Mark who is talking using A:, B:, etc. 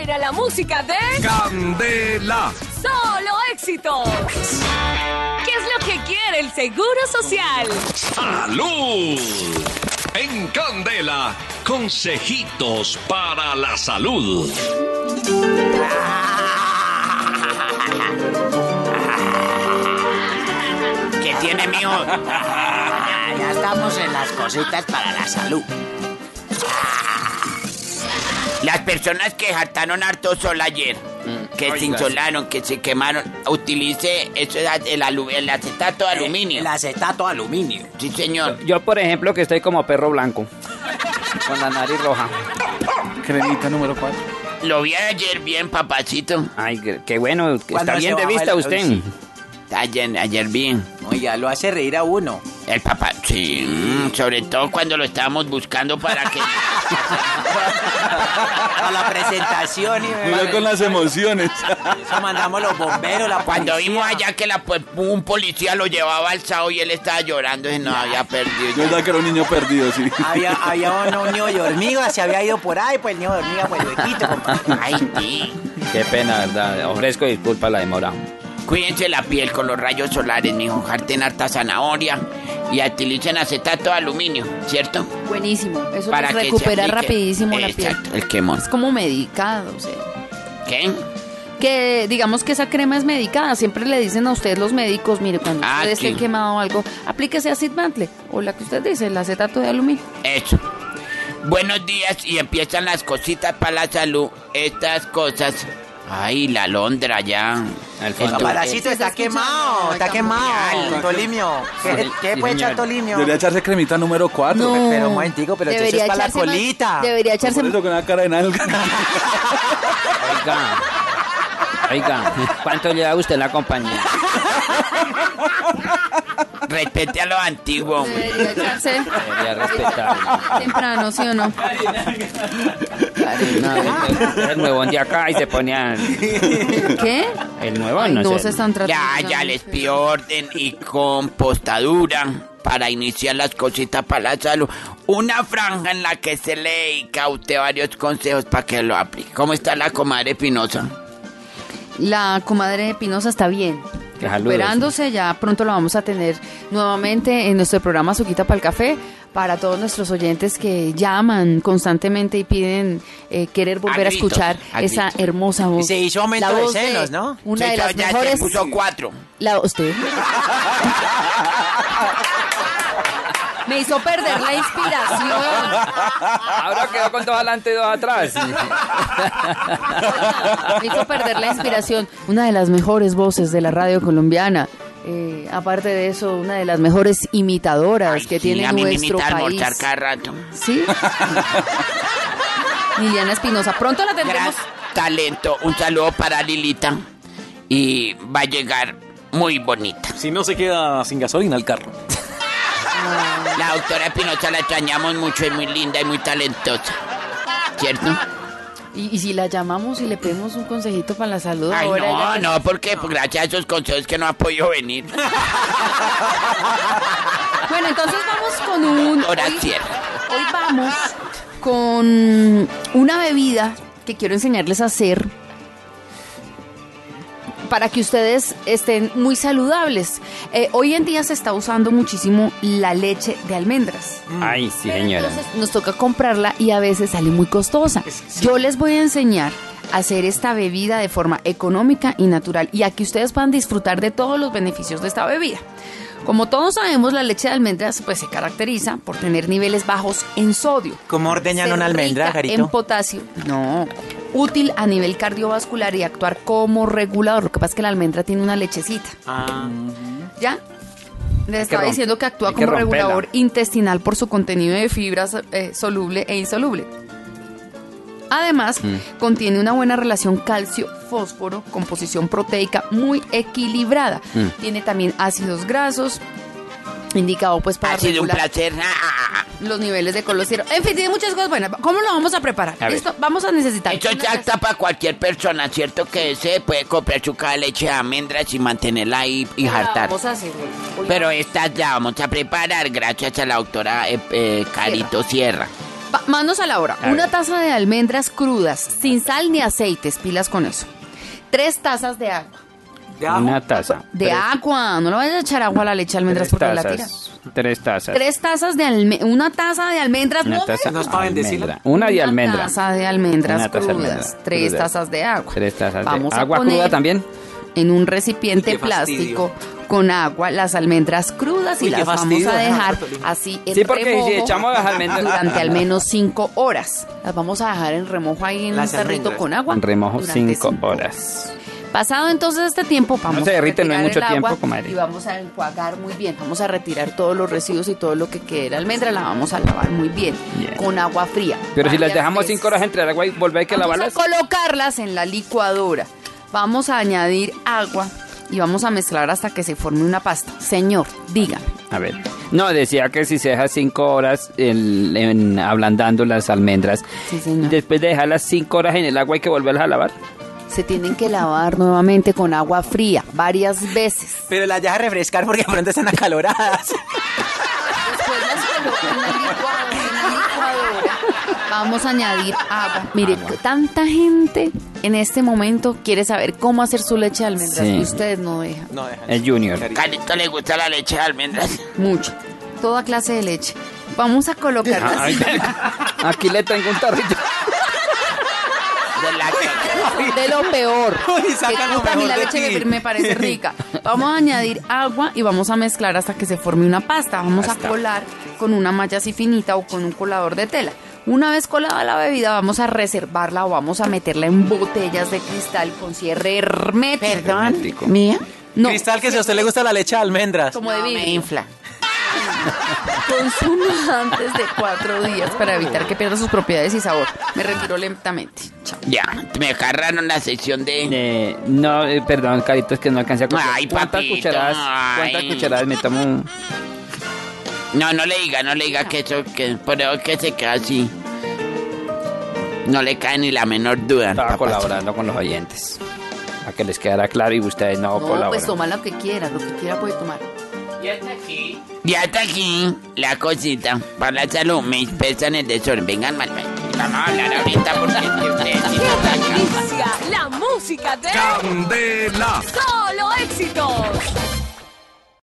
A: era la música de
B: Candela.
A: Solo Éxitos. ¿Qué es lo que quiere el Seguro Social?
B: Salud. En Candela, consejitos para la salud.
C: ¿Qué tiene mío? Ya estamos en las cositas para la salud. Las personas que jartaron harto sol ayer, que se insolaron, que se quemaron, utilice eso es el, alu- el acetato de aluminio.
D: El Eh, acetato de aluminio.
C: Sí, señor.
E: Yo, por ejemplo, que estoy como perro blanco, con la nariz roja.
F: Cremita número 4.
C: Lo vi ayer bien, papacito.
E: Ay, qué- qué bueno, que
D: Cuando
E: está
D: se
E: bien de
D: baja
E: vista
D: el-
E: usted.
C: Ayer, ayer bien.
D: Oiga, lo hace reír a uno.
C: El papá, sí, mm, sobre todo cuando lo estábamos buscando para que...
D: A la presentación y
F: Cuidado con las emociones.
D: Eso mandamos los bomberos, la
C: Cuando
D: policía.
C: vimos allá que la, pol- un policía lo llevaba alzado y él estaba llorando y no había perdido.
F: Yo verdad que era un niño perdido, sí.
D: Había, había un, un niño de hormiga, se había ido por ahí, pues el niño de hormiga, pues el huequito, compadre.
C: Ay, sí.
E: Qué pena, verdad. Ofrezco disculpas la demora.
C: Cuídense la piel con los rayos solares, mijo. Jarten harta zanahoria y utilicen acetato de aluminio, ¿cierto?
G: Buenísimo. Eso
C: Para
G: nos
C: que se
G: recupera
C: aplique.
G: rapidísimo la piel.
C: Exacto, el quemón.
G: Es como medicado, o sea.
C: ¿Qué?
G: Que digamos que esa crema es medicada. Siempre le dicen a ustedes los médicos, mire, cuando
C: Ah,
G: usted
C: sí.
G: esté quemado o algo, aplíquese acid mantle. O la que usted dice, el acetato de aluminio.
C: Eso. Buenos días y empiezan las cositas para la salud. Estas cosas. Ay, la alondra ya.
E: Al fondo.
C: Esto- eh,
D: Paparacito, está quemado, está quemado. Tolimio, ¿qué, qué puede echar Tolimio?
F: Debería echarse cremita número 4.
D: Pero un momentico, pero eso es para la
G: man-
D: colita.
G: Debería echarse
F: Por eso con una cara de nalga.
E: Oiga, oiga, ¿cuánto le da usted la compañía?
C: Respete a lo antiguo, hombre.
G: Debería echarse
E: Debería respetar.
G: temprano, ¿sí o no?
E: No, el- el nuevón de acá y se ponía
G: ¿Qué?
E: el nuevo,
G: Ay,
E: no,
G: no
E: sé.
G: se están
C: Ya,
G: tratando.
C: ya les pido orden y compostadura para iniciar las cositas para la salud. Una franja en la que se le dedica a usted varios consejos para que lo aplique. ¿Cómo está la comadre Pinoza?
G: La comadre Pinoza está bien.
E: Que saludos.
G: Recuperándose, ya pronto lo vamos a tener nuevamente en nuestro programa Suquita para el Café. Para todos nuestros oyentes que llaman constantemente y piden eh, querer volver
C: A
G: a,
C: gritos,
G: escuchar
C: a
G: esa
C: gritos.
G: hermosa voz.
D: Y se hizo aumento
G: La
D: de
G: voz
D: senos, ¿no?
G: Una
C: Sí,
G: de
C: ya-
G: las
C: ya
G: mejores.
C: se puso cuatro.
G: La, ¿Usted? Me hizo perder la inspiración.
E: Ahora quedó con dos adelante y dos atrás.
G: Me hizo perder la inspiración. Una de las mejores voces de la radio colombiana. Eh, aparte de eso, una de las mejores imitadoras
C: Ay,
G: que
C: sí,
G: tiene
C: a mí me
G: nuestro
C: invita a
G: país.
C: almorzar cada rato.
G: ¿Sí? Liliana Espinosa. Pronto la
C: Gran
G: tendremos.
C: talento. Un saludo para Lilita. Y va a llegar muy bonita.
H: Si no se queda sin gasolina el carro.
C: La doctora Pinoza la extrañamos mucho, es muy linda y muy talentosa. ¿Cierto?
G: Y, y si la llamamos y le pedimos un consejito para la salud
C: Ay,
G: ahora.
C: no,
G: ella-
C: no, porque pues, gracias a esos consejos que no ha podido venir.
G: Bueno, entonces vamos con un.
C: Ahora
G: hoy-
C: cierra.
G: Hoy vamos con una bebida que quiero enseñarles a hacer para que ustedes estén muy saludables. Eh, hoy en día se está usando muchísimo la leche de almendras.
E: Ay, sí,
G: Mm. Pero
E: señora.
G: Entonces nos toca comprarla y a veces sale muy costosa. Yo les voy a enseñar a hacer esta bebida de forma económica y natural y a que ustedes puedan disfrutar de todos los beneficios de esta bebida. Como todos sabemos, la leche de almendras pues, se caracteriza por tener niveles bajos en sodio.
D: ¿Cómo ordeñan
G: Ser
D: una almendra,
G: rica
D: Jarito?
G: En potasio. No. Útil a nivel cardiovascular y actuar como regulador. Lo que pasa es que la almendra tiene una lechecita. ¿Ya? Les estaba
E: rom-
G: diciendo que actúa
E: hay que
G: como
E: romperla.
G: regulador intestinal por su contenido de fibras eh, soluble e insoluble. Además, contiene una buena relación calcio-fósforo, composición proteica muy equilibrada. Tiene también ácidos grasos, indicado pues para
C: Ha sido un
G: regular
C: placer. Ah, ah,
G: los niveles de colesterol. En fin, tiene muchas cosas buenas. ¿Cómo lo vamos a preparar?
E: A ver.
G: Listo, vamos a
C: ah.
G: necesitar.
C: Esto
G: una
C: es apta para cualquier persona, ¿cierto? Que se puede comprar su caja de leche de almendras y mantenerla ahí y
G: casita.
C: jartar.
G: Vamos a hacer, güey. Oye,
C: Pero estas la vamos a preparar gracias a la doctora eh, eh, Carito Sierra.
G: va- Manos a la obra.
E: A
G: Una
E: ver.
G: taza de almendras crudas, sin sal ni aceites, pilas con eso. Tres tazas de agua.
D: De ajo.
E: Una taza.
G: De
E: Tres-
G: agua, no le vayas a echar agua a la leche de almendras
E: tres
G: porque la tira.
E: tazas. Tres tazas.
G: Tres tazas de almendras, una taza de almendras,
E: Una
G: ¿no?
E: taza
D: No es para bendecirla.
E: almendra. Una de almendra.
G: Una taza de almendras
E: Una taza
G: crudas,
E: de almendra
G: tres
E: cruda.
G: tazas de agua.
E: Tres tazas de-
G: Vamos a
E: ¿Agua
G: poner
E: cruda también?
G: En un recipiente
D: Uy, qué fastidio.
G: plástico con agua, las almendras crudas y
D: Uy, qué
G: las
D: fastidio,
G: vamos a dejar
D: Antonio.
G: así en
E: Sí, porque si
G: remojo
E: echamos las almendras-
G: durante al menos cinco horas. Las vamos a dejar en remojo ahí en
D: Las
G: un tarrito
D: almendras.
G: con agua.
E: En remojo
G: durante
E: cinco
G: cinco
E: horas.
G: Pasado entonces este tiempo, vamos
E: se derrite, no
G: a
E: hay
G: retirar
E: mucho
G: el agua
E: tiempo, comadre.
G: y vamos a enjuagar muy bien. Vamos a retirar todos los residuos y todo lo que quede de la almendra, la vamos a lavar muy bien
E: Bien.
G: con agua fría.
E: Pero si las
G: Varias
E: dejamos
G: veces.
E: cinco horas entre el agua y volver a que
G: vamos
E: lavarlas.
G: a colocarlas en la licuadora. Vamos a añadir agua y vamos a mezclar hasta que se forme una pasta. Señor, dígame.
E: A ver. No, decía que si se deja cinco horas el- en ablandando las almendras,
G: Sí, señor.
E: después de dejarlas cinco horas en el agua hay que volverlas a lavar.
G: Se tienen que lavar nuevamente con agua fría varias veces.
D: Pero las deja refrescar porque de pronto están acaloradas.
G: Después las coloco en la licuadora, en la licuadora. Vamos a añadir agua. Mire,
E: Agua.
G: tanta gente en este momento quiere saber cómo hacer su leche de almendras
E: Sí.
G: y ustedes no dejan.
D: No, dejan.
E: El Junior.
C: Carito le gusta la leche de almendras.
G: Mucho. Toda clase de leche. Vamos a colocarlas.
E: Ah, Ay, Aquí le tengo un tarrito.
C: De la
G: de lo peor.
D: Uy, saca
G: Que
D: lo
G: a mí
D: mejor
G: la
D: de
G: leche me,
D: ti.
G: me parece rica. Vamos a añadir agua y vamos a mezclar hasta que se forme una pasta. Vamos
E: Pasta.
G: a colar con una malla así finita o con un colador de tela. Una vez colada la bebida, vamos a reservarla o vamos a meterla en botellas de cristal con cierre hermético.
E: Hermético.
G: ¿Mía? No.
D: Cristal, que si a usted le gusta la leche de almendras.
G: Como de vidrio. infla. Consuma antes de cuatro días para evitar que pierda sus propiedades y sabor. Me retiro lentamente. Chao.
C: Ya, me agarraron la sección de...
E: Eh, no, eh, perdón, carito, es que no alcancé a cuchar-
C: Ay,
E: ¿Cuántas
C: papito,
E: cucharadas? ¿Cuántas
C: ay.
E: cucharadas me tomo? un-
C: No, no le diga, no le diga que eso, que por eso que se queda así. No le cae ni la menor duda.
E: Estaba
C: papá.
E: colaborando con los oyentes. Para que les quedara claro y ustedes no,
G: No,
E: colaboran.
G: pues toma lo que quiera, lo que quiera puede tomar.
C: Ya está aquí la cosita para la salud. Mis pesanes de sol. Vengan, mal, mal. Vamos a hablar ahorita porque es que ustedes sí
A: ¡Qué
C: nos dan
A: delicia! La música de
B: Candela.
A: solo éxitos.